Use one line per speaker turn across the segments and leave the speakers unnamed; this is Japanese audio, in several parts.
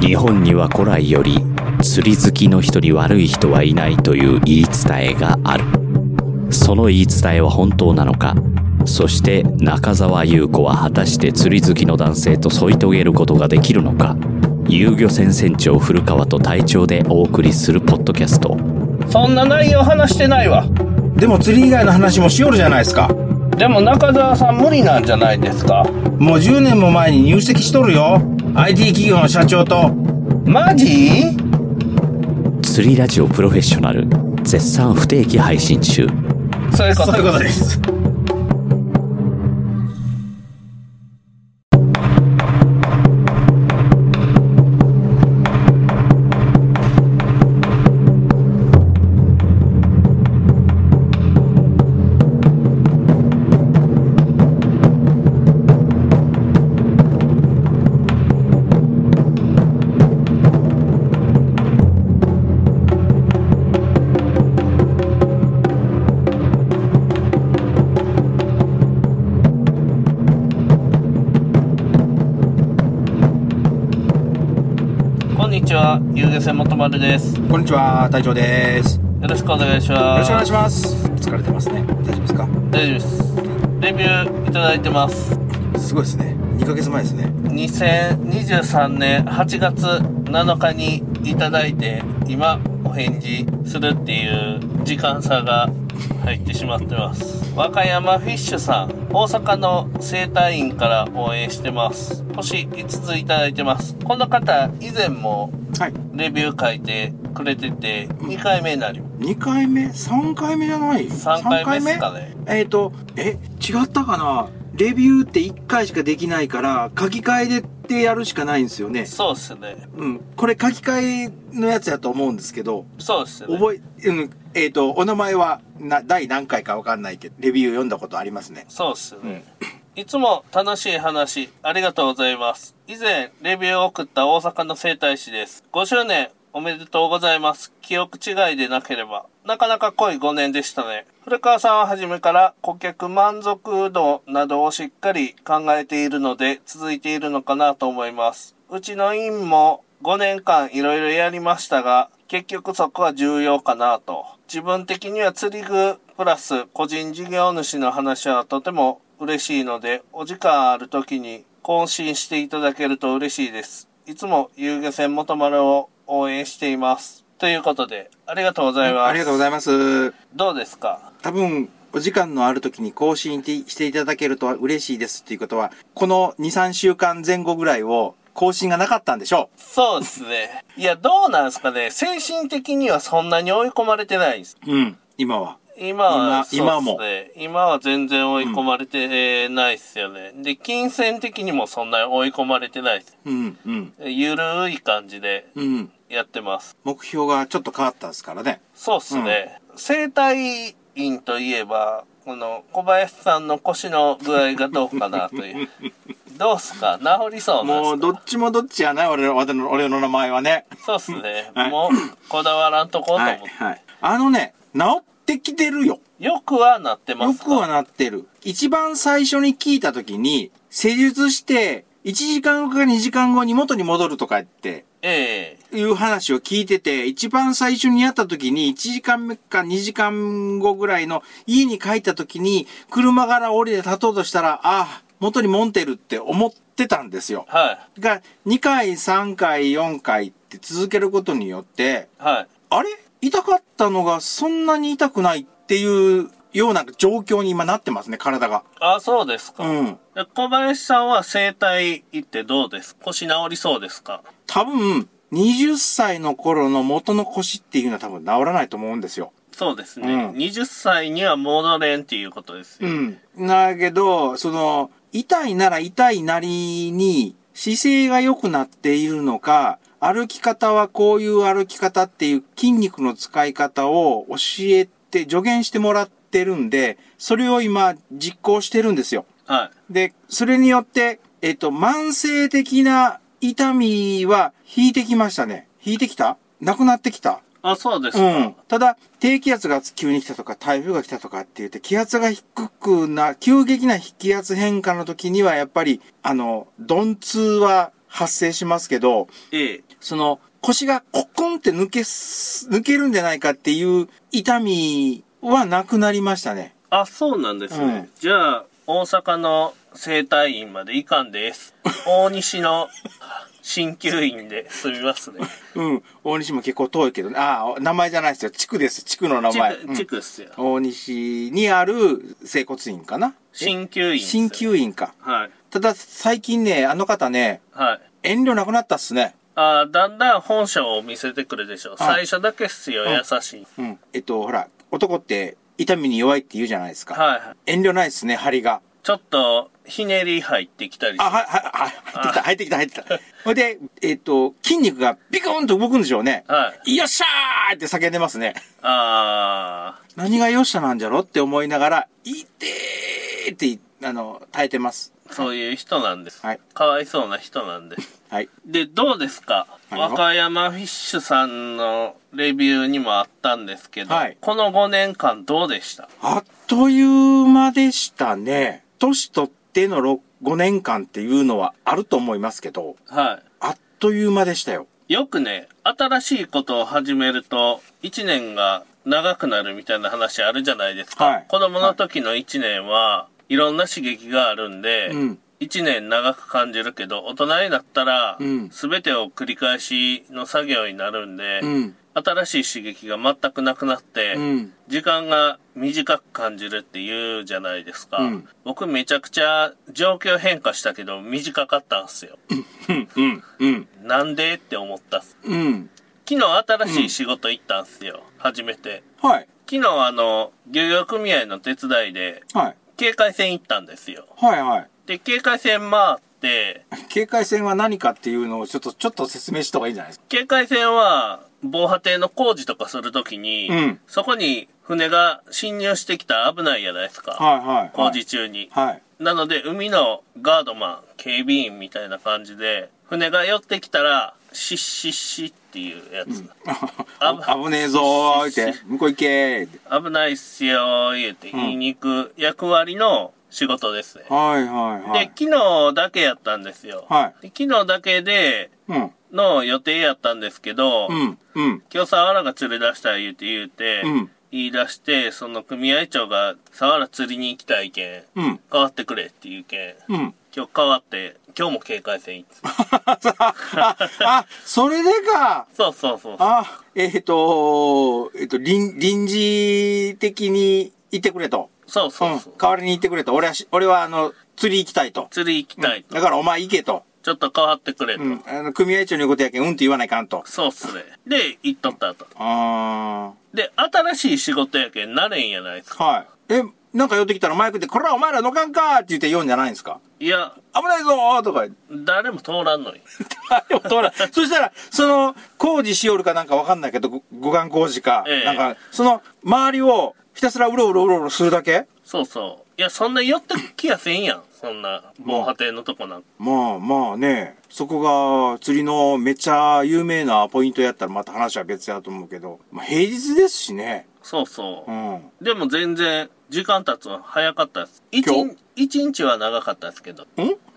日本には古来より釣り好きの人に悪い人はいないという言い伝えがあるその言い伝えは本当なのかそして中澤優子は果たして釣り好きの男性と添い遂げることができるのか遊漁船船長古川と隊長でお送りするポッドキャスト
そんな内容話してないわ
でも釣り以外の話もしよるじゃないですか
でも中澤さん無理なんじゃないですか
もう10年も前に入籍しとるよ IT 企業の社長と
マジ
釣りラジオプロフェッショナル絶賛不定期配信中
そういうこ
そういうことです
とこんにちは遊漁船元丸ですよ
こんにちは隊長ですよ
ろしくお願いしま
ろし
す
くお願いします疲れてますね大丈夫ですか
大丈夫ですレビューいただいてます
すごいですね2ヶ月前ですね
2023年8月7日にいただいて今お返事するっていう時間差が入ってしまってます和歌山フィッシュさん大阪の生態院から応援してます星5ついただいてますこの方以前も
はい
レビュー書いてくれてて2回目になる
2回目3回目じゃない
3回目ですかね
えっ、と、え、違ったかなレビューって1回しかできないから、書き換えでってやるしかないんですよね。
そうですね
うん。これ書き換えのやつやと思うんですけど、
そうですね
覚え、うん、えっ、と、お名前は、な、第何回かわかんないけど、レビュー読んだことありますね。
そうっすね。いつも楽しい話、ありがとうございます。以前、レビューを送った大阪の生態師です。5周年、おめでとうございます。記憶違いでなければ。なかなか濃い5年でしたね。古川さんは初めから顧客満足度などをしっかり考えているので、続いているのかなと思います。うちの院も5年間いろいろやりましたが、結局そこは重要かなと。自分的には釣り具プラス個人事業主の話はとても嬉しいので、お時間ある時に更新していただけると嬉しいです。いつも遊漁船元丸を応援しています。ということで、ありがとうございます。
ありがとうございます。
どうですか
多分、お時間のある時に更新していただけると嬉しいですっていうことは、この2、3週間前後ぐらいを更新がなかったんでしょう。
そうですね。いや、どうなんですかね。精神的にはそんなに追い込まれてないです。
うん、今は。
今は、
今
そうっすね今は全然追い込まれてないっすよね。で、金銭的にもそんなに追い込まれてないっす。
うん、うん、
ゆるい感じで
うん。
やってます。
目標がちょっと変わったですからね。
そうっすね。生体院といえば、この小林さんの腰の具合がどうかな という。どうっすか治りそうなんすか
もうどっちもどっちやない俺の俺の俺の名前はね。
そうっすね。
はい
もう、こだわらんとこうと思
は
っ
い、
て。
はい。あのね、治ってきてるよ。
よくはなってま
よ
すか
くはなってる。一番最初に聞いた時に、施術して、1時間後か2時間後に元に戻るとかって、
ええ
いう話を聞いてて、一番最初にやった時に、1時間目か2時間後ぐらいの家に帰った時に、車から降りて立とうとしたら、ああ、元にモンテるって思ってたんですよ。
は
が2回、3回、4回って続けることによって、
い。はい。
あれ痛かったのがそんなに痛くないっていうような状況に今なってますね、体が。
あ、そうですか。
うん。
で小林さんは整体行ってどうです腰治りそうですか
多分、20歳の頃の元の腰っていうのは多分治らないと思うんですよ。
そうですね、
うん
20歳には戻れんっていうことですよ。
ん。だけど、その、痛いなら痛いなりに姿勢が良くなっているのか、歩き方はこういう歩き方っていう筋肉の使い方を教えて、助言してもらってるんで、それを今実行してるんですよ。
は
で、それによって、えっと、慢性的な痛みは引いてきましたね。引いてきたなくなってきた
い。あ、そうです
う
か。
ん。ただ、低気圧が急に来たとか、台風が来たとかって言って、気圧が低くな、急激な気圧変化の時には、やっぱり、あの、鈍痛は発生しますけど、
ええ。
その腰がコッコンって抜けす、抜けるんじゃないかっていう痛みはなくなりましたね。
あ、そうなんですね。
うん
じゃあ、大阪の整体院までいか んです。大西の鍼灸院で済みますね。
うん。大西も結構遠いけどね。ああ、名前じゃないですよ。地区です。地区の名
チ
前。
ク、チクっすよ。
うん大西にある整骨院かな。
鍼灸院っすよ。
鍼灸院か。
はい。
ただ、最近ね、あの方ね、
はい。
遠慮なくなったっすね。
あーだんだん本性を見せてくるでしょう。
は
最
い
初だけっすよ、
うん
優しい。
うん。えっと、ほら、男って痛みに弱いって言うじゃないですか。
はいはい。
遠慮ないっすね、針が。
ちょっと、ひねり入ってきたりし
あ、は、は、は、入ってきた、入ってきた、入ってきた。ほいで、えっ、と、筋肉がビコーンと動くんでしょうね。。
はい
よっしゃーって叫んでますね。
ああ、
何がよっしゃなんじゃろって思いながら、いてーって、あの、耐えてます。
そういう人なんです。
はい
かわいそうな人なんです。
はい。
で、どうですか
はい
和歌山フィッシュさんのレビューにもあったんですけど、
はい
この5年間どうでした
あっという間でしたね。年取っての6 5年間っていうのはあると思いますけど、
は
あっという間でしたよ。
い。よくね、新しいことを始めると、1年が長くなるみたいな話あるじゃないですか。
はい
子供の時の1年は、いろんな刺激があるんで、
うん
1年長く感じるけど、大人になったら、
うん
全てを繰り返しの作業になるんで、
うん。
新しい刺激が全くなくなって、
うん。
時間が短く感じるって言うじゃないですか、
うん
僕めちゃくちゃ状況変化したけど短かったん すよ、
うん。うん。うん。
なんでって思ったっす
うん。
昨日新しい仕事行ったんすよ、初めて
はい。
昨日あの漁業組合の手伝いで
はい。
警戒船行ったんですよ
はいはい。
で警戒船回って
警戒線は何かっていうのをちょっと、ちょっと説明した方がいいんじゃないですか。
警戒船は防波堤の工事とかするときに、
うん
そこに船が侵入してきたら危ないじゃないですか、
はいはい。
工事中に、
はい。
なので、海のガードマン、警備員みたいな感じで、船が寄ってきたら、シッシッシッっていうやつ。
あぶねえぞーいって、向こう行けーって。
危ないっすよー、言うて、言いに行く役割の仕事ですね。
はいはいは
で
い、。
昨日だけやったんですよ。
は
で昨日だけで、
うん。
の予定やったんですけど、
うん。うん。
今日沢原が釣り出した言うて言うて、
うん
言い出して、その組合長が沢原釣りに行きたいけん、
うん。
変わってくれっていうけん、
うん。
今日変わって、今日も警戒線行って
あ、あ、それでか。
そうそうそう。
あ、えっ、と、えっ、と、臨、臨時的に行ってくれと。
そうそうそう
う。ん。代わりに行ってくれと。俺はし、俺はあの、釣り行きたいと。
釣り行きたいと。
だからお前行けと。
ちょっと変わってくれと。
うん。あの、組合長の言うことやけん、うんって言わないかんと。
そうっすね。で、行っとったと。
あ
で、新しい仕事やけんなれんやないです
ー。
か。
はい。え、なんか寄ってきたらマイクで、こらお前らのかんかーって言って言うんじゃないんですか
いや、
危ないぞーとか言って。
誰も通らんのに。
誰も通らない。そしたら、その、工事しよるかなんかわかんないけど、ご護岸工事か、
ええ
なんか、その、周りをひたすらうろうろうろうろするだけ
そうそう。いや、そんな寄ってきやせんやん。そんな、防波堤のとこなんか。
まあまあね、そこが釣りのめっちゃ有名なポイントやったらまた話は別やと思うけど、まあ平日ですしね。
そうそうう。
ん。
でも全然、時間経つの早かったです。一
今日
日、一日は長かったですけど。
ん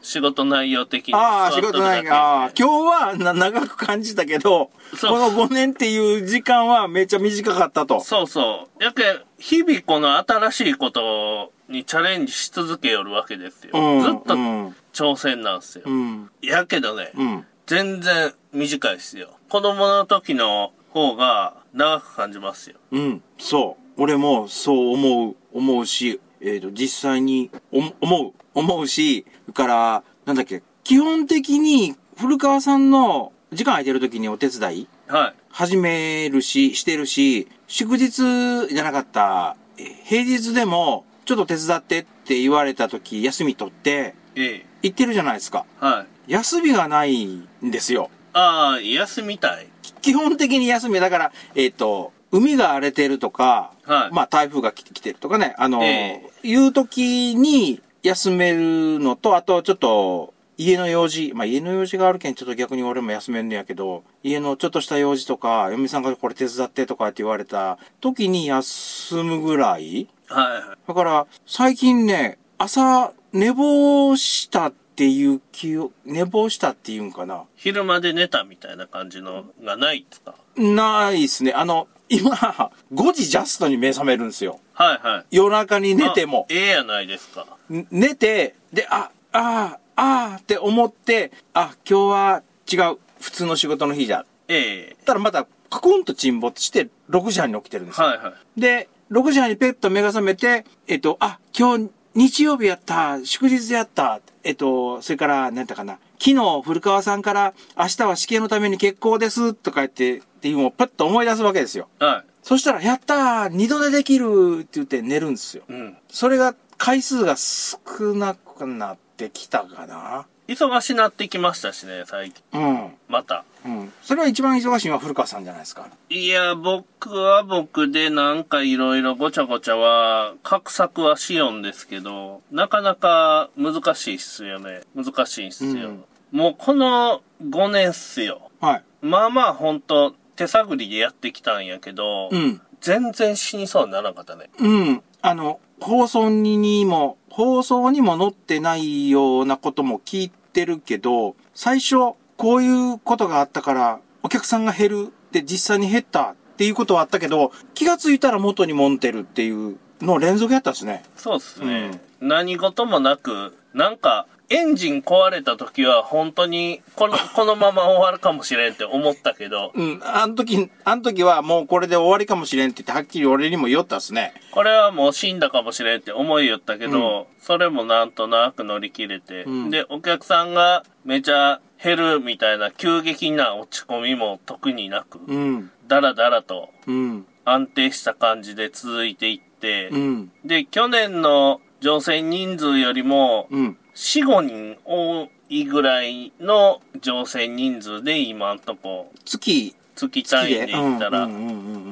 仕事内容的に。
ああ、仕事ないが、あ
が
あ。今日はな長く感じたけど、こ
そう
の5年っていう時間はめっちゃ短かったと。
そうそう。やけん、日々この新しいことにチャレンジし続けよるわけですよ。
うん
ずっと
うん
挑戦なんですよ。
うん。
やけどね、
うん。
全然短いですよ。子供の時の方が長く感じますよ。
うん、そう。俺もそう思う、思うし、えっ、と、実際にお思う、思うし、それから、なんだっけ、基本的に古川さんの時間空いてる時にお手伝い
はい。
始めるし、してるし、祝日じゃなかった、えー平日でも、ちょっと手伝ってって言われた時、休み取って、
ええ。
行ってるじゃないですか。
はい。
休みがないんですよ。
ああ、休みたい。
基本的に休み。だから、えっ、と、海が荒れてるとか、
はい
まあ台風が来て来てるとかね、あの、
え
いう時に休めるのと、あとちょっと、家の用事、まあ家の用事があるけん、ちょっと逆に俺も休めんのやけど、家のちょっとした用事とか、嫁さんがこれ手伝ってとかって言われた時に休むぐらい
はい。
だから、最近ね、朝、寝坊したっていう気を、寝坊したっていうんかな。
昼まで寝たみたいな感じのがないですか
ないですね。あの、今、5時ジャストに目覚めるんですよ。
はいはい。
夜中に寝ても
あ。ええやないですか。
ん寝て、で、あ、ああ、ああって思って、あ、今日は違う。普通の仕事の日じゃ。
ええ
たらまた、カクンと沈没して、6時半に起きてるんですよ。
はいはい。
で、6時半にペッと目が覚めて、えっと、あ、今日日曜日やった、祝日やった、えっと、それから、なんだかな、昨日古川さんから、明日は試験のために決行です、とか言って、っていうのをパッと思い出すわけですよ。
は
そしたら、やったー二度寝できるって言って寝るんですよ。
い。うん。
それが、回数が少なくなってきたかな。
忙しなってきましたしね、最近。
うん。
また。
うん。それは一番忙しいのは古川さんじゃないですか。
いや、僕は僕でなんかいろいろごちゃごちゃは、画策はしよんですけど、なかなか難しいっすよね。難しいっすよ。
うん
もうこの5年っすよ。
はい。
まあまあほんと手探りでやってきたんやけど、
うん。
全然死にそうにならなかったね。
うん。あの、放送にも、放送にも載ってないようなことも聞いてるけど、最初、こういうことがあったから、お客さんが減るって実際に減ったっていうことはあったけど、気がついたら元に戻ってるっていうのを連続やったんですね。
そうっすね。何事もなく、なんか、エンジン壊れた時は本当にこの、このまま終わるかもしれんって思ったけど、
うん。あの時、あの時はもうこれで終わりかもしれんって言って、はっきり俺にも言おったっすね。
これはもう死んだかもしれんって思いよったけど、それもなんとなく乗り切れて、
うん
で、お客さんがめちゃ減るみたいな急激な落ち込みも特になく、
うん。
だらだらと
うん。
安定した感じで続いていって、
うん。
で、去年の乗船人数よりも、
うん。
4、5人多いぐらいの乗船人数で今んとこ、
月、
月単
月
位で
で。
言ったら、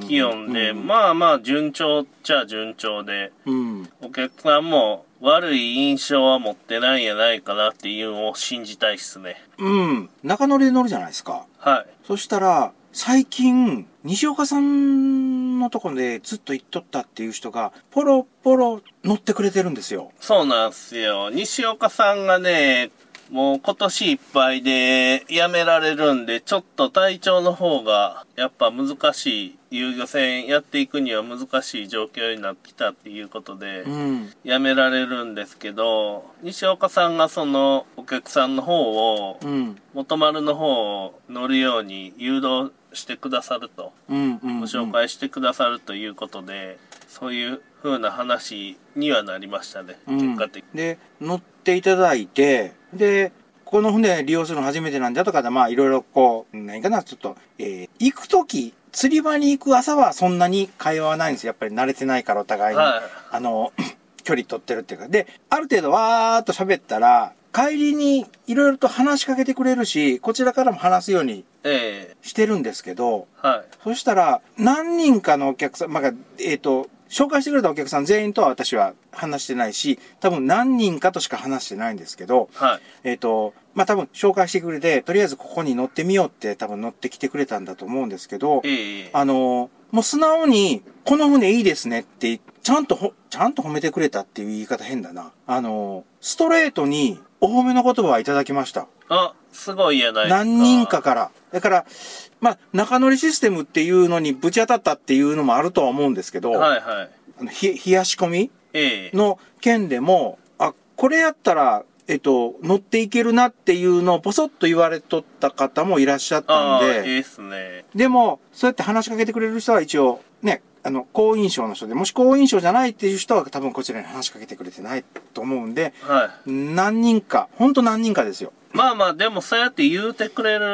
気温で、まあまあ順調っちゃ順調で、
あ。うん。
お客さんも悪い印象は持ってないんやないかなっていうのを信じたいっすね。
うん。中乗りで乗るじゃないですか。
はい。
そしたら、最近、西岡さんのとこでずっと行っとったっていう人が、ポロポロ乗ってくれてるんですよ。
そうなんすよ。西岡さんがね、もう今年いっぱいで辞められるんで、ちょっと体調の方がやっぱ難しい、遊漁船やっていくには難しい状況になってきたっていうことで
う、ん。
辞められるんですけど、西岡さんがそのお客さんの方を、
うん。
元丸の方を乗るように誘導してくださると。
うん。うん。
ご紹介してくださるということで、そういう風な話にはなりましたね、
うん
結果的に。
で、乗っていただいて、で、この船利用するの初めてなんだとかで、まあいろいろこう、何かな、ちょっと、えー行くとき、釣り場に行く朝はそんなに会話はないんですよ。やっぱり慣れてないからお互いに。
はい。
あの、 距離取ってるっていうか。で、ある程度わーっと喋ったら、帰りにいろいろと話しかけてくれるし、こちらからも話すように
ええ
してるんですけど、
はい。
そしたら、何人かのお客さん、まあ、えっ、と、紹介してくれたお客さん全員とは私は話してないし、多分何人かとしか話してないんですけど、
はい。
えっ、と、まあ、多分紹介してくれて、とりあえずここに乗ってみようって多分乗ってきてくれたんだと思うんですけど、
ええ
あの、もう素直に、この船いいですねって、ちゃんとほ、ちゃんと褒めてくれたっていう言い方変だな。あの、ストレートにお褒めの言葉はいただきました。
あ、すごいやないですか。
何人か。から。だから、まあ、中乗りシステムっていうのにぶち当たったっていうのもあるとは思うんですけど、
はいはい。
あのひ冷やし込み
ええ
の件でも、あ、これやったら、えっと、乗っていけるなっていうのをポソッと言われとった方もいらっしゃった
あ
ん
あ、
で。
ええっすね。
でも、そうやって話しかけてくれる人は一応、ね、あの、好印象の人で、もし好印象じゃないっていう人は多分こちらに話しかけてくれてないと思うんで、
はい。
何人か、ほんと何人かですよ。
まあまあ、でもそうやって言うてくれる、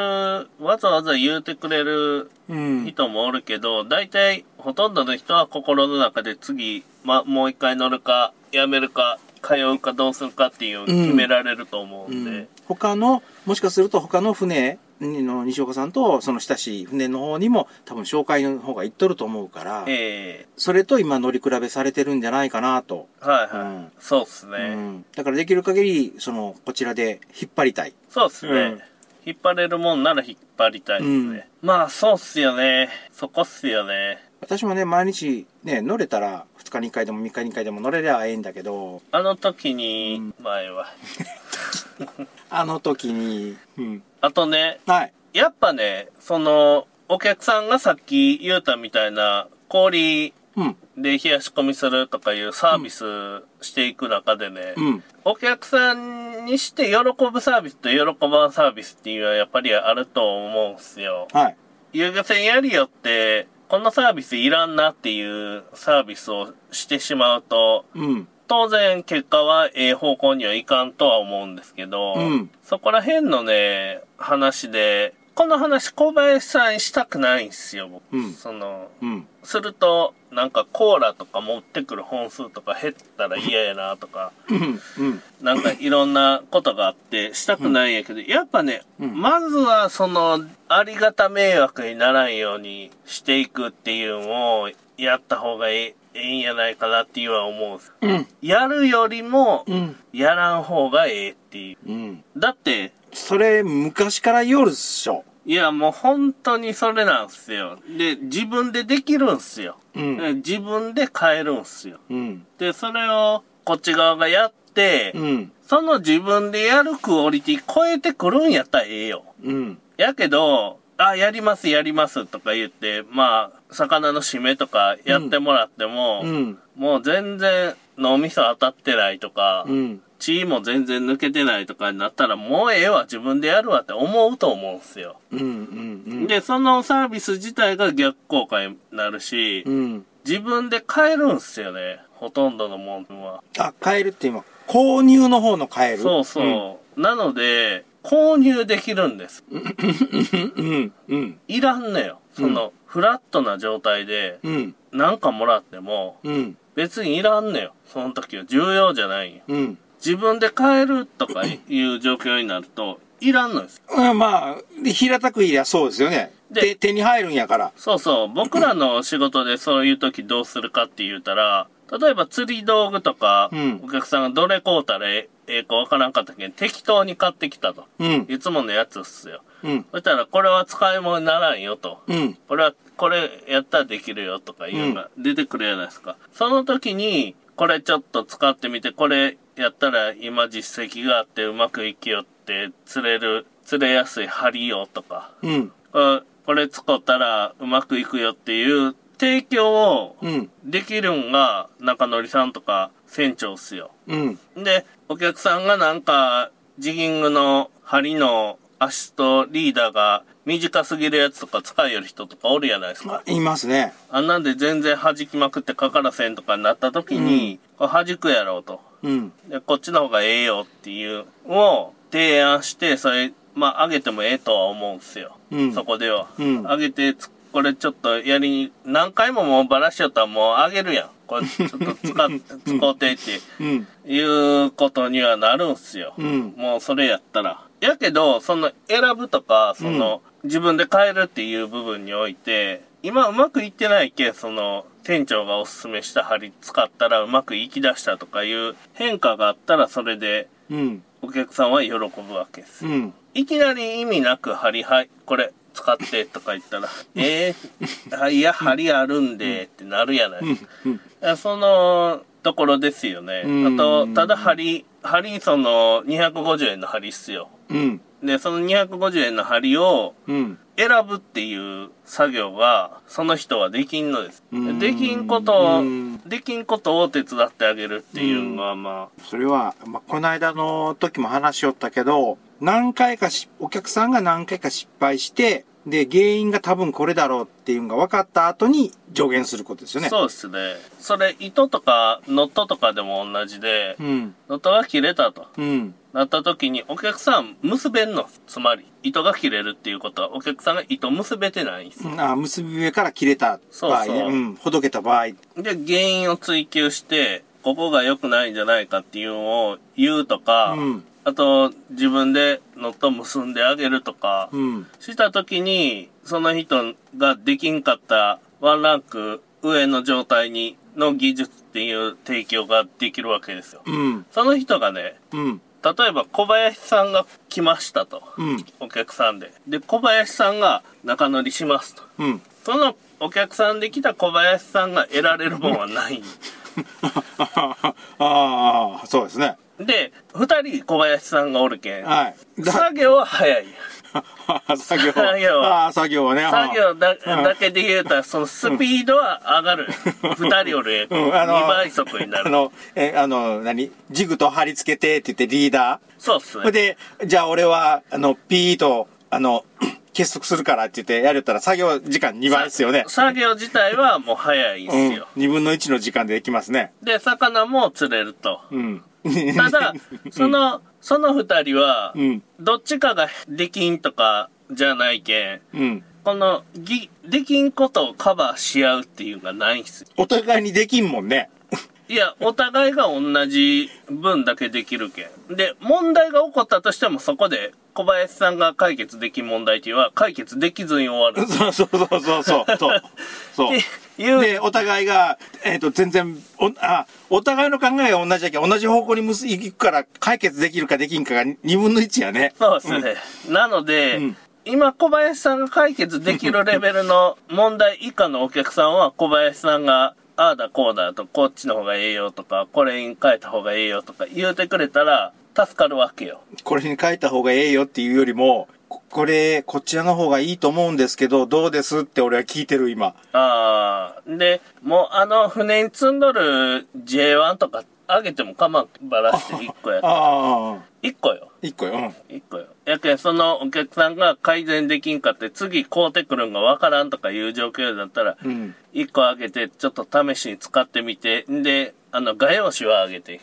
わざわざ言うてくれる
うん。
人もおるけど、大体ほとんどの人は心の中で次、ま、もう一回乗るか、やめるか、通うかどうするかっていうのを決められると思う
うん
で、
ん、他の、もしかすると他の船の西岡さんとその親しい船の方にも多分紹介の方が行っとると思うから、
ええ
それと今乗り比べされてるんじゃないかなと。
はいはい、
うん
そうっす
う
ね、
ん、だからできる限り、その、こちらで引っ張りたい。
そうっすね、
うん
引っ張れるもんなら引っ張りたいですね、まあそうっすよねそこっすよね
私もね、毎日ね、乗れたら、2日に1回でも3日に1回でも乗れりゃええんだけど、
あの時に前は、
あの時に。うん。
あとね、
はい。
やっぱね、その、お客さんがさっき言うたみたいな、氷
うん。
で冷やし込みするとかいうサービスしていく中でね、
うん。
お客さんにして喜ぶサービスと喜ばんサービスっていうのはやっぱりあると思うんすよ。
はい。
遊漁船やりよって、このサービスいらんなっていうサービスをしてしまうと、
うん。
当然結果はええ方向にはいかんとは思うんですけど、
うん
そこら辺のね、話で、この話小林さんにしたくないんすよ、僕。
うん
その、
うん。
すると、なんかコーラとか持ってくる本数とか減ったら嫌やなとか、
うん。うん。
なんかいろんなことがあってしたくないんやけど、やっぱね、
うん
まずはそのありがた迷惑にならんようにしていくっていうのをやった方がいいいいんやないかなっていうのは思うんです。
うん。
やるよりも
うん。
やらん方がええってい
うん。
う。だって、
それ、昔から夜っしょ。
いやもう本当にそれなんすよ。で、自分でできるんすよ。
うん。
自分で変えるんすよ。
うん。
で、それをこっち側がやって、
うん。
その自分でやるクオリティ超えてくるんやったらええよ。
うん。
やけど、あ、やります、やりますとか言って、まあ、魚の締めとかやってもらっても、
うん。
もう全然脳みそ当たってないとか、
うん。
血も全然抜けてないとかになったら、もうええわ、自分でやるわって思うと思うんすよ。
うん。うん。
で、そのサービス自体が逆効果になるし、
うん。
自分で買えるんすよね、ほとんどのものは。
あ、カエルって今、購入の方のカエル
そうそう。なので、購入できるんです。
うん。うん。うん。
いらんのよ。その、フラットな状態で、
うん。
なんかもらっても、
うん。
別にいらんのよ。その時は重要じゃないんよ。
うん。
自分で買えるとか いいう状況になると、いらんのです。
うん、まあ、で平たく言えばそうですよね。
で
で、手に入るんやから。
そうそう。僕らの仕事で そういう時どうするかって言うたら、例えば釣り道具とか、
うん
お客さんがどれ買うたらえええかわからんかったけん、適当に買ってきたと。
うん。
いつものやつっすよ。
うん。
そしたら、これは使い物にならんよと。
うん。
これは、これやったらできるよとかいうのが出てくるじゃないですか。その時に、これちょっと使ってみて、これやったら今実績があってうまくいきよって釣れる、釣れやすい針よとか、
うん。
これこれ使ったらうまくいくよっていう提供を
うん。
できるんが中則さんとか船長っすよ。
うん。
で、お客さんがなんか、ジギングの針の足とリーダーが短すぎるやつとか使いよる人とかおるやないですか。
いますね。
あんなんで全然弾きまくってかからせんとかになった時に、これ弾くやろうと。
うん。
で、こっちの方がええよっていうのを提案して、それ、まあ、上げてもええとは思うんすよ。
うん
そこでは。
うん
上げてつ、これちょっとやりに、何回ももうバラしよったらもう上げるやん。これちょっと使っ、使うてって。
うん。
いうことにはなるんすよ。
うん
もうそれやったら。やけど、その選ぶとか、その、自分で変えるっていう部分において、今うまくいってないけん、その、店長がおすすめした針使ったらうまくいきだしたとかいう変化があったらそれで
うん。
お客さんは喜ぶわけです。
うん。
いきなり意味なく針、はい、これ使ってとか言ったら、えー、あいや、針あるんでってなるやない。
うん。
あそのところですよね。
うん
あと、ただ針、針、その、250円の針っすよ。
うん。
で、その250円の針を
うん。
選ぶっていう作業が、その人はできんのです
うん。
できんことを
うん、
できんことを手伝ってあげるっていうのは、まあ、
それは、まあ、この間の時も話しよったけど、何回かし、お客さんが何回か失敗して、で、原因が多分これだろうっていうのが分かった後に助言することですよね。
そうですね。それ、糸とか、ノットとかでも同じで、
うん。
ノットが切れたと。
うん。
なった時にお客さん結べんの。つまり、糸が切れるっていうことはお客さんが糸結べてないんです。
うんあ、結び目から切れた
そう
場合ね。
そう
うん。ほどけた場合。
で、原因を追求して、ここが良くないんじゃないかっていうのを言うとか、
うん。
あと、自分でのと結んであげるとか、
うん。
した時に、その人ができんかったワンランク上の状態に、の技術っていう提供ができるわけですよ。
うん。
その人がね、
うん。
例えば小林さんが来ましたと。
うん。
お客さんで。で、小林さんが中乗りしますと。
うん。
そのお客さんで来た小林さんが得られるもんはない。
ああ、そうですね。
で、二人小林さんがおるけん。
はい。だ
作業は早い。
作業。
作業
ああ、作業はね。
作業だ
うん
だけで言うたら、そのスピードは上がる。二人おるやん。
うんあの
2倍速にな
あ
る。
の、え、あの、何ジグと貼り付けてって言ってリーダ
そうっす
ー。ほい
ね。
で、じゃあ俺は、あの、ピーと、あの、 結束するからって言ってやれたら作業時間2倍ですよね。
作業自体はもう早いんす
うん。
よ。
2分の1の時間でできますね。
で、魚も釣れると。
うん。
ただ、その、その二人は
うん、
どっちかができんとかじゃないけん、
うん。
この、ぎ、できんことをカバーし合うっていうのがないんすよ。
お互いにできんもんね。
いや、お互いが同じ分だけできるけん。で、問題が起こったとしてもそこで小林さんが解決できん問題点は解決できずに終わる。
そうそうそうそうそう。そう。そう
っていう
で、お互いが、えっ、と、全然、お、あ、お互いの考えが同じだけど、同じ方向にむす行くから、解決できるかできんかが2分の1やね。
そうですね。なので、
うん
今小林さんが解決できるレベルの問題以下のお客さんは小林さんが、ああだこうだと、こっちの方がええよとか、これに変えた方がええよとか言うてくれたら助かるわけよ。
これに書いた方がええよっていうよりも、ここれ、こちらの方がいいと思うんですけど、どうですって俺は聞いてる、今。
ああ、で、もうあの船に積んどる J1 とか上げてもかまんばらして1個や。
ああ、
1個よ。
一個よ。うん。
一個よ。やけん、そのお客さんが改善できんかって、次買うてくるんがわからんとかいう状況だったら、
うん
一個あげて、ちょっと試しに使ってみて、んで、あの、画用紙はあげて、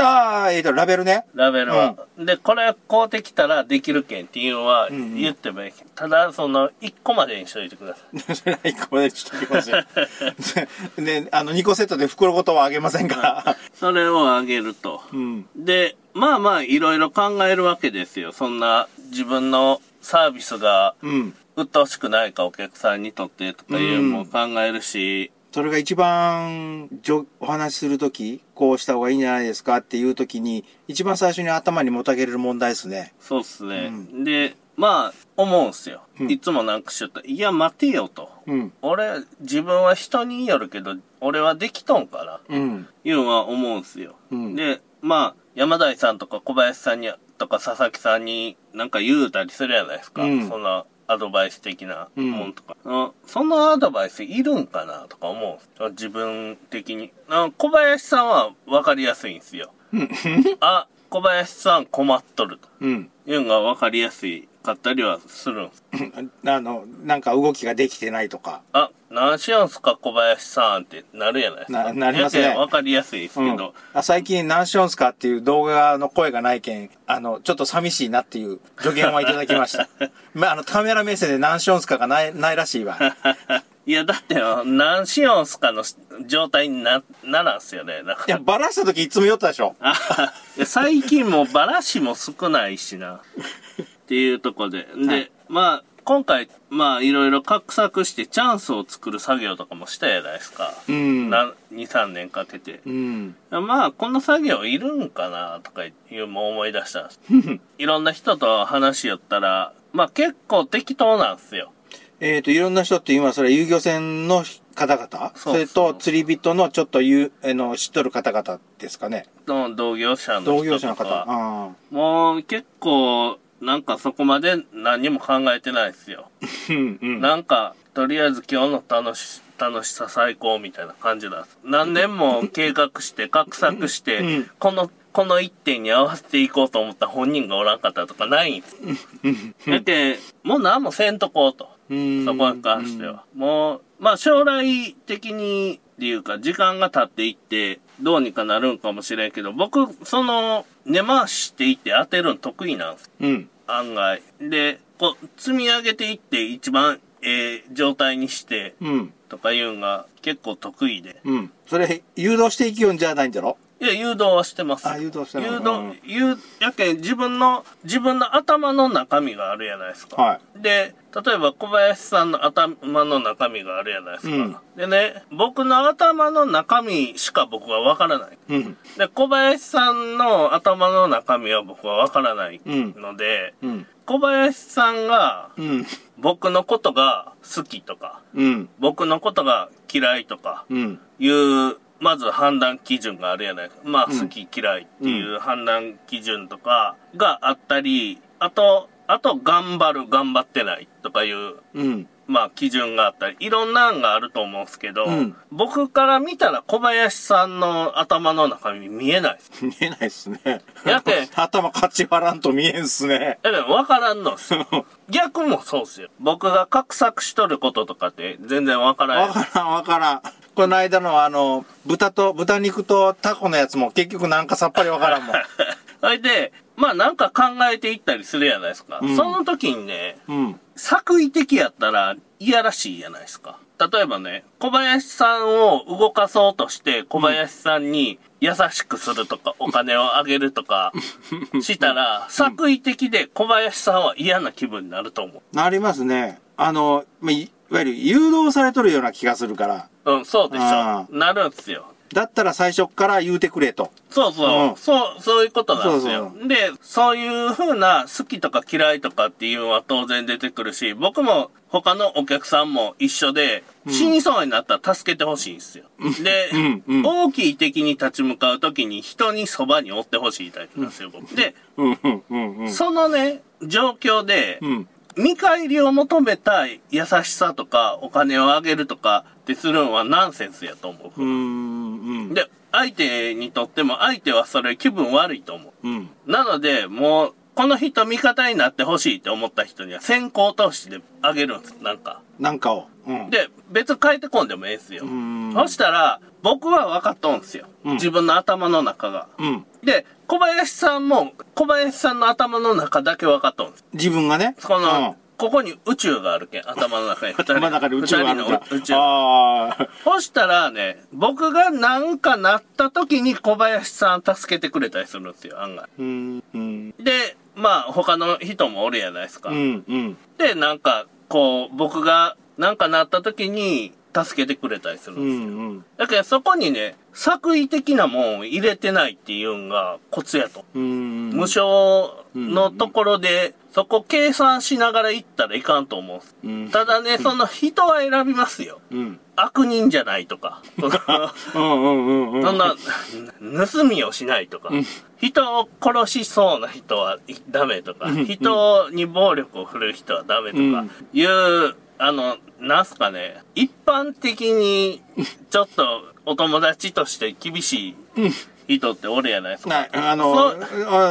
ああ、えっ、と、ラベルね。
ラベルは。で、これ買うてきたらできるけんっていうのは
ん
言ってもいいけん。ただ、その、一個までにしといてください。
それは一個までちょっときません。 で、あの、2個セットで袋ごとはあげませんから。
それをあげると。
うん。
で、まあまあ、いろいろ考えるわけですよ。そんな、自分のサービスが、
うん。
鬱陶しくないかお客さんにとってとかいうの
う
も
ん
考えるし、
それが一番じょお話しするとき、こうした方がいいんじゃないですかっていうときに、一番最初に頭にもたげれる問題ですね。
そうっすね。
うん
で、まあ、思うんすよ。
うん
いつもなんかしよったらいや、待てよと。
うん。
俺、自分は人によるけど、俺はできとんかな、
うん。
いうのは思うんすよ。
うん
で、まあ、山田井さんとか小林さんに、とか佐々木さんになんか言うたりするやないですか。
うん
そんなアドバイス的なもんとか、あそのアドバイスいるんかなとか思うんすよ自分的に。あ小林さんはわかりやすいんすよ。あ、小林さん困っとると。
うん。
いうのが分かりやすいかったりはするんです
あの、なんか動きができてないとか。
あ、何しよんすか小林さんってなるやないですか。
ななりますね
やけん分かりやすいですけ
う
ど、
ん、あ最近何しよんすかっていう動画の声がないけん、あの、ちょっと寂しいなっていう助言はいただきま した。まあ、あの、カメラ目線で何しよんすかがない、ないら しいわ。
いや、だってよ、何しよんすかの状態にな、ならんすよね。なんか
いや、バラしたときいつも酔ったでしょ。
あいや最近もうバラシも少ないしな。っていうとこで。で、
はい
まあ、今回、まあ、いろいろ画策してチャンスを作る作業とかもしたやないですか。
うん
な2、3年かけて。
うん。
まあ、この作業いるんかなとかいうも思い出した んです。いろんな人と話しよったら、まあ結構適当なんですよ。
えっ、と、いろんな人って今、それ遊漁船の方々
そう
それ
そ
と
う
釣り人のちょっとゆあの、知っとる方々ですかね。
の同業者の人とか。
同業者の方。あ
もう結構、なんかそこまで何も考えてないですよ。
ーうんうん。
なんか、とりあえず今日の楽し、楽しさ最高みたいな感じなんです。何年も計画して、画策して、
うん
この、この一点に合わせていこうと思った本人がおらんかったとかないんです。だって、もう何もせんとこうと。
うん
そこに関しては。もう、まあ将来的にっていうか、時間が経っていって、どうにかなるんかもしれんけど、僕、その、根回ししていって当てるの得意なんです。
うん。
案外。で、こう、積み上げていって一番、ええ状態にして、
うん。
とかいうのが結構得意で。
うん。それ、誘導していきよんじゃないんじゃろ
いや、誘導はしてます。
あ誘導してる
誘
うんうん
導、誘、やけん自分の、自分の頭の中身があるやないですか。
は
で、例えば小林さんの頭の中身があるやないですか。
うん
でね、僕の頭の中身しか僕はわからない。
い。うん。
で、小林さんの頭の中身は僕はわからない
うん
ので、
うん。
小林さんが
うん。
僕のことが好きとか、
うん。
僕のことが嫌いとか
うん。
いうまず判断基準があるやないか。まあ、
うん
好き嫌いっていう判断基準とかがあったり、あと、あと、頑張る、頑張ってないとかいう、
うん。
まあ、基準があったり、いろんなんがあると思うんですけど、
うん
僕から見たら小林さんの頭の中身見えないです。
見えないっすね。
やって
頭かち割らんと見えんっすね。
え、でも分からんの っす。逆もそうっすよ。僕が画策しとることとかって全然分から
わ
ん。
からんわからん。この間のあの、豚と、豚肉とタコのやつも結局なんかさっぱりわから んもん。
それで、まあなんか考えていったりするやないですか。
うん
その時にね、
うん。
作為的やったらいやらしいやないですか。例えばね、小林さんを動かそうとして、小林さんに優しくするとか、お金をあげると か、したら、作為的で小林さんは嫌な気分になると思
なりますね。あの、まあいいわゆる誘導されとるような気がするから。
う。うん、そうでし
あ
ょ。なるんすよ。
だったら最初っから言うてくれと。
そうそう、
うん
そう、そういうことなんですよ。
そう
で、そういう風な好きとか嫌いとかっていうのは当然出てくるし、僕も他のお客さんも一緒で、死にそうになったら助けてほしいんですよ。で、
うんうん
大きい敵に立ち向かうときに人にそばにおってほしいタイプなんですよ、僕。で、
うんうんうんうん。
そのね、状況で、
うん。
見返りを求めたい優しさとかお金をあげるとかってするのはナンセンスやと思う。
うーんうん。
で、相手にとっても相手はそれ気分悪いと思
うん。
う。なので、もう、この人味方になってほしいって思った人には先行投資であげるんです、なんか。
なんかを。うん。
で、別に変えてこんでもええんすよ。
ん
そしたら、僕は分かっとんすよ。
うん
自分の頭の中が。
うん。
で、小林さんも、小林さんの頭の中だけ分かっとんす。
自分がね。
この、
うん
ここに宇宙があるけん、頭の中 に。
頭の中で宇宙があるか
二人の宇宙
ら。ああ。
そしたらね、僕がなんかなった時に小林さん助けてくれたりするんですよ、案外。
うん。うん。
で、まあ他の人もおるやないですか。
うん。うん。
で、なんか、こう、僕がなんかなった時に助けてくれたりするん
う
ですよ。
ん。うん。
だけどそこにね、作為的なもんを入れてないっていうんがコツやと。
うん。
無償のところで、そこ計算しながら行ったらいかんと思うんです。
うん。
ただね、その人は選びますよ。
うん。
悪人じゃない とか。
うんうんうんうん。
そんな、盗みをしないとか、人を殺しそうな人はダメとか、
ん
人に暴力を振るう人はダメと
う
か
ん、
いう、あの、なんすかね、一般的に、ちょっとお友達として厳しい人っておるやないです
ない
か。、
あ
そ
の、
う
う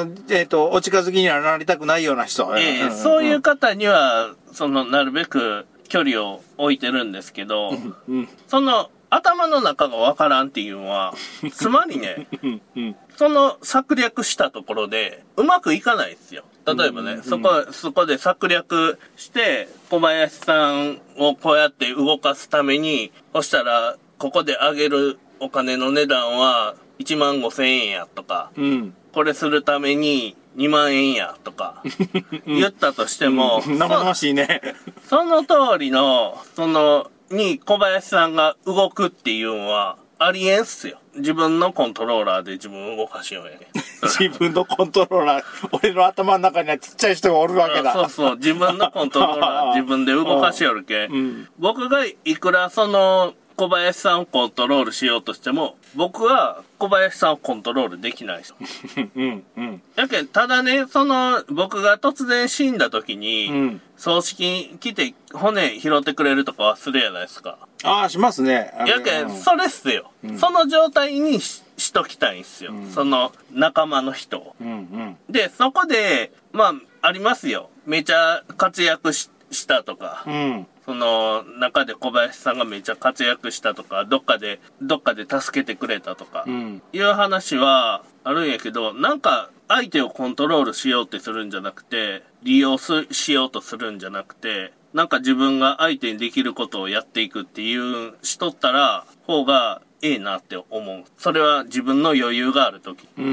んえっ、と、お近づきにはなりたくないような人。
ええ
んん
そういう方には、その、なるべく距離を置いてるんですけど、
うん、
その、頭の中がわからんっていうのは、つま りね、
うん、うん。
その策略したところで、うまくいかないですよ。例えばね、そこ、そこで策略して、小林さんをこうやって動かすために、そしたら、ここで上げるお金の値段は、1万5千円やとか、
うん。
これするために2万円や とか、言ったとしても、
生々しいね。
その通りの、その、に小林さんが動くっていうのは、ありえんっすよ。自分のコントローラーで自分を動かしようやね。
自分のコントローラー、俺の頭の中にはちっちゃい人がおるわけだ。
そうそう、自分のコントローラー 自分で動かしよるけん。
うん
僕がいくらその、小林さんをコントロールしようとしても、僕は小林さんをコントロールできない人。
うん、うん、
やけん、ただね、その、僕が突然死んだ時に、
うん。
葬式に来て骨拾ってくれるとかはするやないですか。
ああ、しますね。あれ
やけ
うん
ん、それっすよ。その状態にししときたいんすよ。その仲間の人を。
うん、
で、そこで、まあ、ありますよ。めちゃ活躍ししたとか、
うん、うん。
その中で小林さんがめちゃ活躍したとか、どっかで、どっかで助けてくれたとか、
うん、
いう話はあるんやけど、なんか相手をコントロールしようってするんじゃなくて、利用すしようとするんじゃなくて、なんか自分が相手にできることをやっていくっていうしとったら、方がええなって思う。それは自分の余裕がある時。
うん、う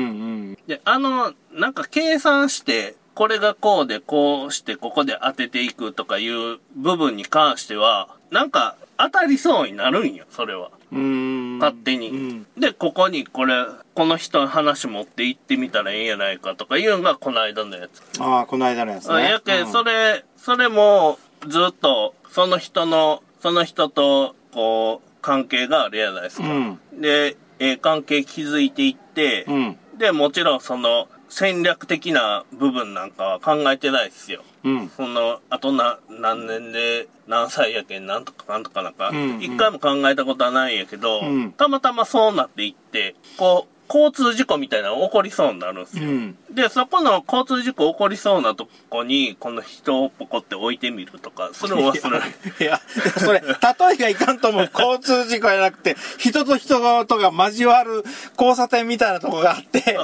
ん。
で、あの、なんか計算して、これがこうで、こうして、ここで当てていくとかいう部分に関しては、なんか当たりそうになるんよ、それは。
うん
勝手に。
うん
で、ここにこれ、この人の話持って行ってみたらええんやないかとかいうのがこの間のやつ。
ああ、この間のやつ
あ
ね。
やけ、
うん
それ、それも、ずっと、その人の、その人と、こう、関係があるやないですか。
うん
で、えー関係築いていって、
うん。
で、もちろんその戦略的な部分なんかは考えてないですよ。
うん。
その、あとな、何年で何歳やけん、なんとかなんとかなんか、
うんうん
一回も考えたことはないんやけど、
うん
たまたまそうなっていって、こう、交通事故みたいなの起こりそうになるんです
う
よ。
ん。
で、そこの交通事故起こりそうなとこに、この人をポコって置いてみるとか、それはする。
いや、それ、例えがいかんとも交通事故じゃなくて、人と人がとが交わる交差点みたいなとこがあって、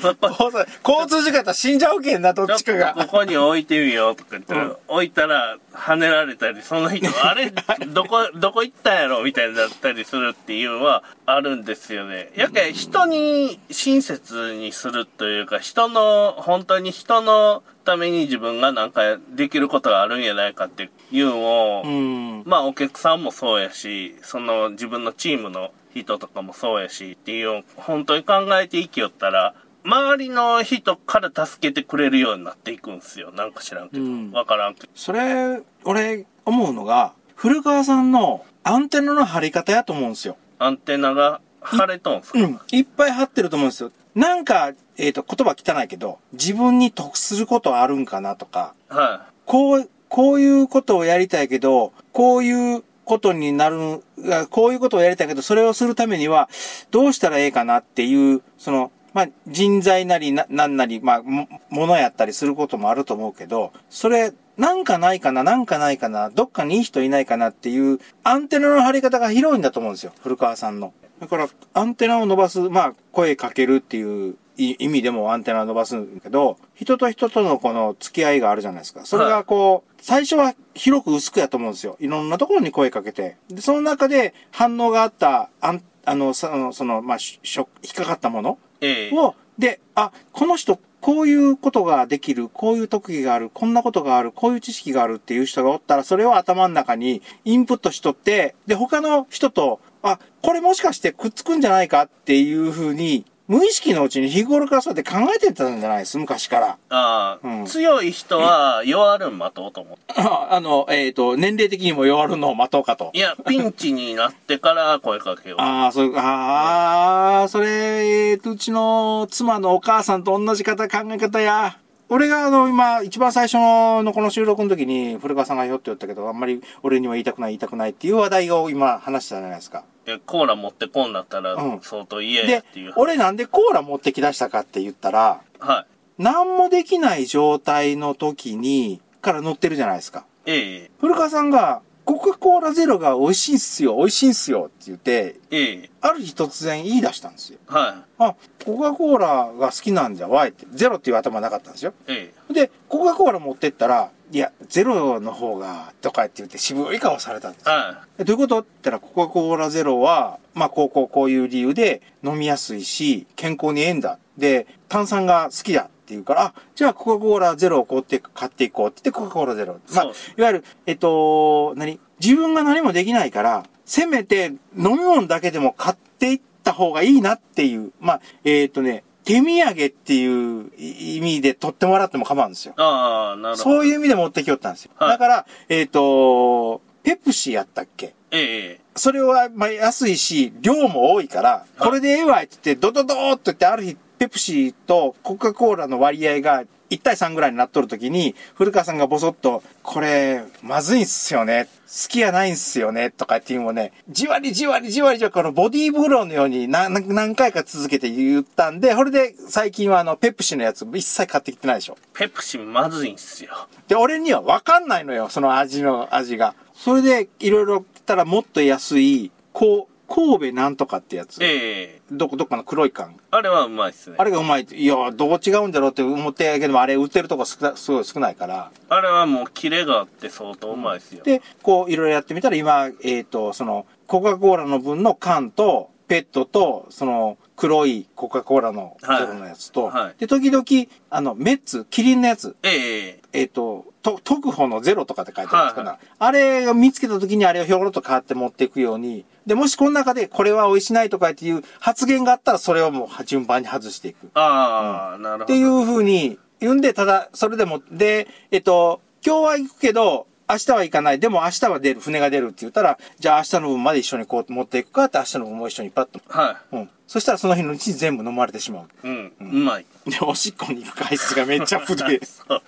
そこ
交差交通事故やったら死んじゃうけんな、どっち
ち
か
ょっとこ
が。
こに置いてみようとか言ったら、
うん
置いたら跳ねられたり、その人、あれ、どこ、どこ行ったんやろみたいになったりするっていうのはあるんですよね。やけん、人に親切にするというか、人の、本当に人のために自分がなんかできることがあるんやないかっていうのを、
うん。
まあお客さんもそうやし、その自分のチームの人とかもそうやしっていう、本当に考えて生きよったら、周りの人から助けてくれるようになっていくんすよ。なんか知らんけど。
うん
わからんけど。
それ、俺、思うのが、古川さんのアンテナの張り方やと思うんですよ。
アンテナが腫れとんすか、
うん。いっぱい張ってると思うんですよ。なんか、えっ、と、言葉汚いけど、自分に得することあるんかなとか、
は
こう、こういうことをやりたいけど、こういうことになる、あこういうことをやりたいけど、それをするためには、どうしたらええかなっていう、その、まあ、人材なりな、なんなり、まあ、も、ものやったりすることもあると思うけど、それ、なんかないかな、なんかないかな、どっかにいい人いないかなっていう、アンテナの張り方が広いんだと思うんですよ、古川さんの。だから、アンテナを伸ばす、まあ、声かけるっていうい意味でもアンテナを伸ばすんだけど、人と人とのこの付き合いがあるじゃないですか。それ
は
が
い
こう、最初は広く薄くやと思うんですよ。いろんなところに声かけて。で、その中で反応があった、あんあの、その、その、まあ、ししょ、引っかかったもの
い。ええ
を、で、あ、この人、こういうことができる、こういう特技がある、こんなことがある、こういう知識があるっていう人がおったら、それを頭の中にインプットしとって、で、他の人と、あ、これもしかしてくっつくんじゃないかっていうふうに、無意識のうちに日頃からそうやって考えてたんじゃないです、昔から。
ああ、
うん
強い人は弱るん待とうと思って。
あの、えっ、と、年齢的にも弱るのを待とうかと
い。や、 ピンチになってから声かけよう。
ああ、そう、ああ、それ、えーとうちの妻のお母さんと同じ方、考え方や。俺があの、今、一番最初のこの収録の時に、古川さんがひょって言ったけど、あんまり俺には言いたくない、言いたくないっていう話題を今話したじゃないですか。
えコーラ持ってこんなったら
うん
相当言えや
で
っていう。、
俺なんでコーラ持ってき出したかって言ったら、
はい。
何もできない状態の時に、から乗ってるじゃないですか。
ええ
古川さんが、コカ・コーラゼロが美味しいっすよ、美味しいっすよって言って、
ええ
ある日突然言い出したんですよ。
は
あ、コカ・コーラが好きなんじゃわいって、ゼロっていう頭なかったんですよ。
い。え
で、コカ・コーラ持ってったら、いや、ゼロの方が、とかって言って渋い顔されたんで
え
す。
は
えどういうことって言ったら、コカ・コーラゼロは、まあ、こうこうこういう理由で飲みやすいし、健康にええんだ。で、炭酸が好きだって言うから、あ、じゃあコカ・コーラゼロをこうって買っていこうって言って、コカ・コーラゼロ。まあ
そう、
いわゆる、えっと、何自分が何もできないから、せめて飲み物だけでも買っていった方がいいなっていう、まあ、えっとね、手土産っていう意味で取ってもらっても構わんですよ
い。。ああ、なるほど。
そういう意味で持ってきよったんですよ。
はい
だから、えっ、と、ペプシやったっけ
ええ
それは、まあ、安いし、量も多いから、これでええわいって言って、ドドドーっと言って、ある日、ペプシとコカ・コーラの割合が1対3ぐらいになっとる時に、古川さんがボソッと、これ、まずいんすよね。好きやないんすよね。とかっていうのをね、じわりじわりじわりじわり、このボディーブローのようになな何回か続けて言ったんで、これで最近はあの、ペプシのやつ一切買ってきてないでしょ。
ペプシまずいんすよ。
で、俺には分かんないのよ、その味の味が。それで、いろいろ来たらもっと安い、こう、神戸なんとかってやつ。
ええ
どこ、どっかの黒い缶。
あれはうまいっすね。
あ
あれ
れがうまいって。いや、どう違うんだろうって思ってやけども、あれ売ってるとこ少なすごい少ないから。
はもうキレがあって相当うまいっすよ。
で、こう、いろいろやってみたら、今、えっ、と、その、コカ・コーラの分の缶と、ペットと、その、黒いコカ・コーラの、
はい
ゼロのやつと、
はい
で、時々、あの、メッツ、キリンのやつ、
ええ
えっ、と、と、特保のゼロとかって書いてあるんですか
はい
ら、
は
あれを見つけた時にあれをひょろっと買って持っていくように、で、もしこの中でこれは美味しないとかっていう発言があったら、それをもう順番に外していく。っ
ああ、なるほど。
ていうふうに言うんで、ただ、それでも、で、えっ、と、今日は行くけど、明日は行かない。でも明日は出る。船が出るって言ったら、じゃあ明日の分まで一緒にこう持っていくかって明日の分も一緒にパッと。
は
うん。そしたらその日のうちに全部飲まれてしまう。
い。うん。うまい。
で、おしっこに行く回数がめっちゃ増えて。
そう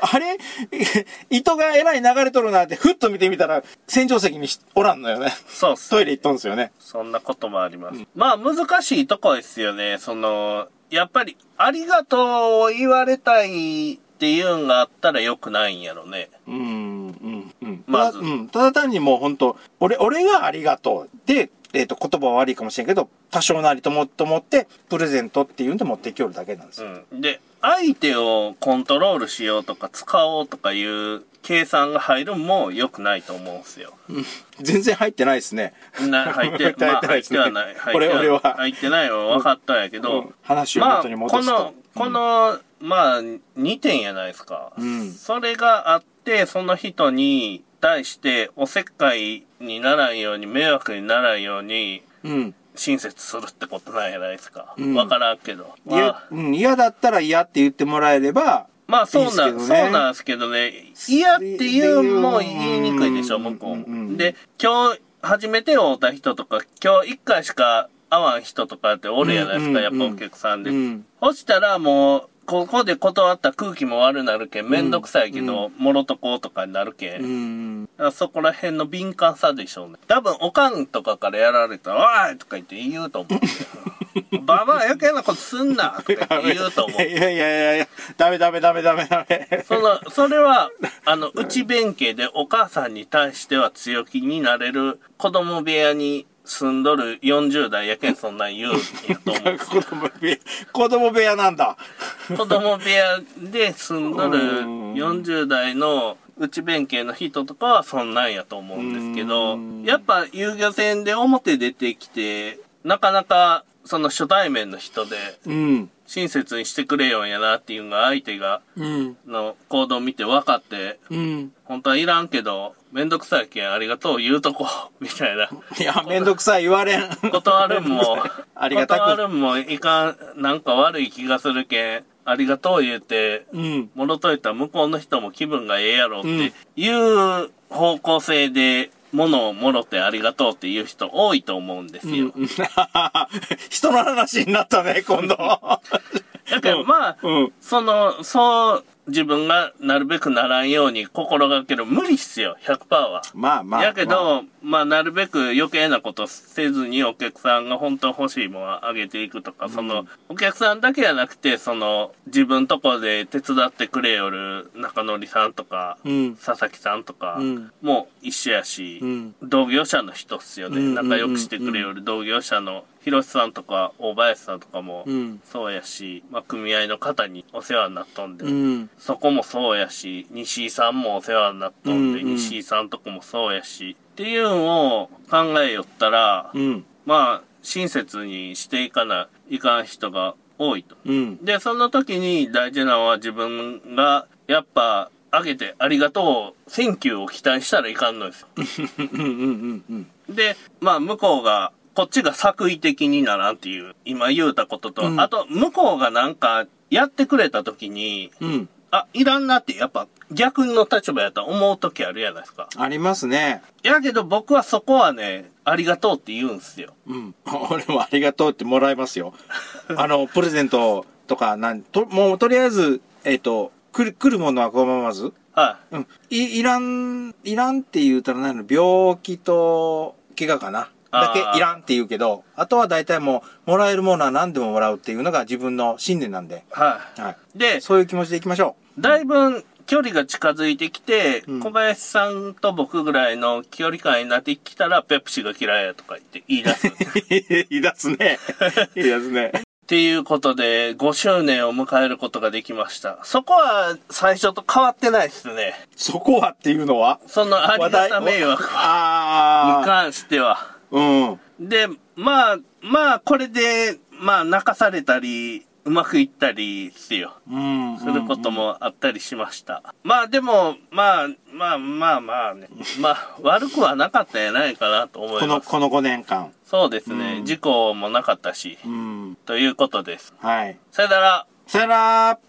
あれ 糸がえらい流れとるなって、ふっと見てみたら、洗浄石にしおらんのよね。
そうっす。
トイレ行っとんすよね。
そんなこともあります。まあ難しいとこですよね。その、やっぱり、ありがとうを言われたいっていうんがあったら良くないんやろね。
うん、うん、うん。
まず
ただうん。ただ単にもう本当俺、俺がありがとう。で、えっ、と、言葉は悪いかもしれんけど、多少なりとも、と思って、プレゼントっていうんで持ってきよるだけなんですよ。
うん。で、相手をコントロールしようとか使おうとかいう計算が入るんも良くないと思うんすよ。
全然入ってないですね。
な、入って、まあ
入
入
っ
ってて
な
はいな
で
い。
すね
入って
俺俺は
入ってないのは分かったんやけ
う
ど
ん。話を元に戻すと
まあ、この、この、まあ、2点やないですか。
うん
それがあって、その人に対して、おせっかいにならんように、迷惑にならんように、
うん。
親切するってことなんやないですか。
うん
分からんけど。
いや
まあ
うん嫌だったら嫌って言ってもらえれば、
まあそうない
い
ん、
ですけど
そ
ね
うなんですけどね。嫌っていうのも言いにくいでしょ、
うん
向こう
うんうんうん
も。で、今日初めて会った人とか、今日一回しか会わん人とかっておるやないですか、
うんうんうん
やっぱお客さんで。
うん
そしたらもう、ここで断った空気も悪なるけん、めんどくさいけど、もろとこうとかになるけん。
うん。
だからそこら辺の敏感さでしょうね。多分、おかんとかからやられたら、おいとか言って言うと思 う。ババア余計なことすんなとか言って言うと思う
いや。いやいやいや、ダメダメダメダメダメ。
その、それは、あの、内弁慶でお母さんに対しては強気になれる子供部屋に住んどる40代やけんそんなん言うんやと思
子供部屋、子供部屋なんだ。
う。子供部屋で住んどる
うん
40代の内弁慶の人とかはそんなんやと思うんです
う
けど
ん、
やっぱ遊漁船で表出てきて、なかなかその初対面の人で
うん。
親切にしてくれよんやなっていうのが相手が、
うん。
の行動を見て分かって、
うん。
本当はいらんけど、めんどくさいけんありがとう言うとこ、 みたいな。
いや、めんどくさい言われん。、
断るんも
ありがたく
断るんもいかん、なんか悪い気がするけん、ありがとう言うて、
うん。
戻っといたら向こうの人も気分がええやろっ
うん
ていう方向性で、物をもろてありがとうっていう人多いと思うんですよ。
人の話になったね、今度。
だけどまあ、
うん。
その、そう、自分がなるべくならんように心がける無理っすよ、100%は。
まあまあ。
やけ
まあ、
ど、まあ、なるべく余計なことせずにお客さんが本当欲しいものをあげていくとか、その、お客さんだけじゃなくて、その、自分とこで手伝ってくれよる中則さんとか、
うん。
佐々木さんとか
うん
も一緒やし、
うん
同業者の人っすよね、
うんうんうんうん
仲良くしてくれよる同業者の広瀬さんとか大林さんとかも
うん
そうやし、まあ、組合の方にお世話になっとんで、
うん。
そこもそうやし、西井さんもお世話になっとんで、
うんうん
西井さんとこもそうやし、っていうのを考えよったら、
うん。
まあ、親切にしていかないかん人が多いと。
うん。
で、その時に大事なのは自分が、やっぱ、あげてありがとう、センキューを期待したらいかんのですよ。
うん。うん。うん。
で、まあ、向こうが、こっちが作為的にならんっていう、今言うたことと、
うん
あと、向こうがなんか、やってくれた時に、
うん。
あ、いらんなって、やっぱ逆の立場やったら思う時あるやないですか。
ありますね。
やけど僕はそこはね、ありがとうって言うんすよ。
うん。 俺もありがとうってもらいます よ。あの、プレゼントとか、なん、と、もうとりあえず、えっ、と、来る、来るものはこのままず。
は
うん。い、いらん、いらんって言うたら何の病気と、怪我かな。だ
あ
け
ー
いらんって言うけど、あとは大体もう、もらえるものは何でももらうっていうのが自分の信念なんで。
い。はい。
は
で
い。、そういう気 持ちでいきましょ
だいぶ距離が近づいてきて、
うん
小林さんと僕ぐらいの距離感になってきたら、ペプシが嫌いやとか言って言 い出す。っ
う。言い出す ね。言い出すね。
ていうことで、5周年を迎えることができました。そこは最初と変わってないですね。
そこはっていうのは
そのありがた迷惑はに
ああ。
関しては。
うん。
で、まあ、まあ、これで、まあ、泣かされたり、うまくいったりですよ。
うん。
することもあったりしました。まあ、でも、まあ、まあ、まあ、まあね。まあ、悪くはなかったんやないかなと思
こ
い
の、
ます。
この5年間。
そうですね。事故もなかったし
う、ん。
ということです。
はい。
さよなら。
さよなら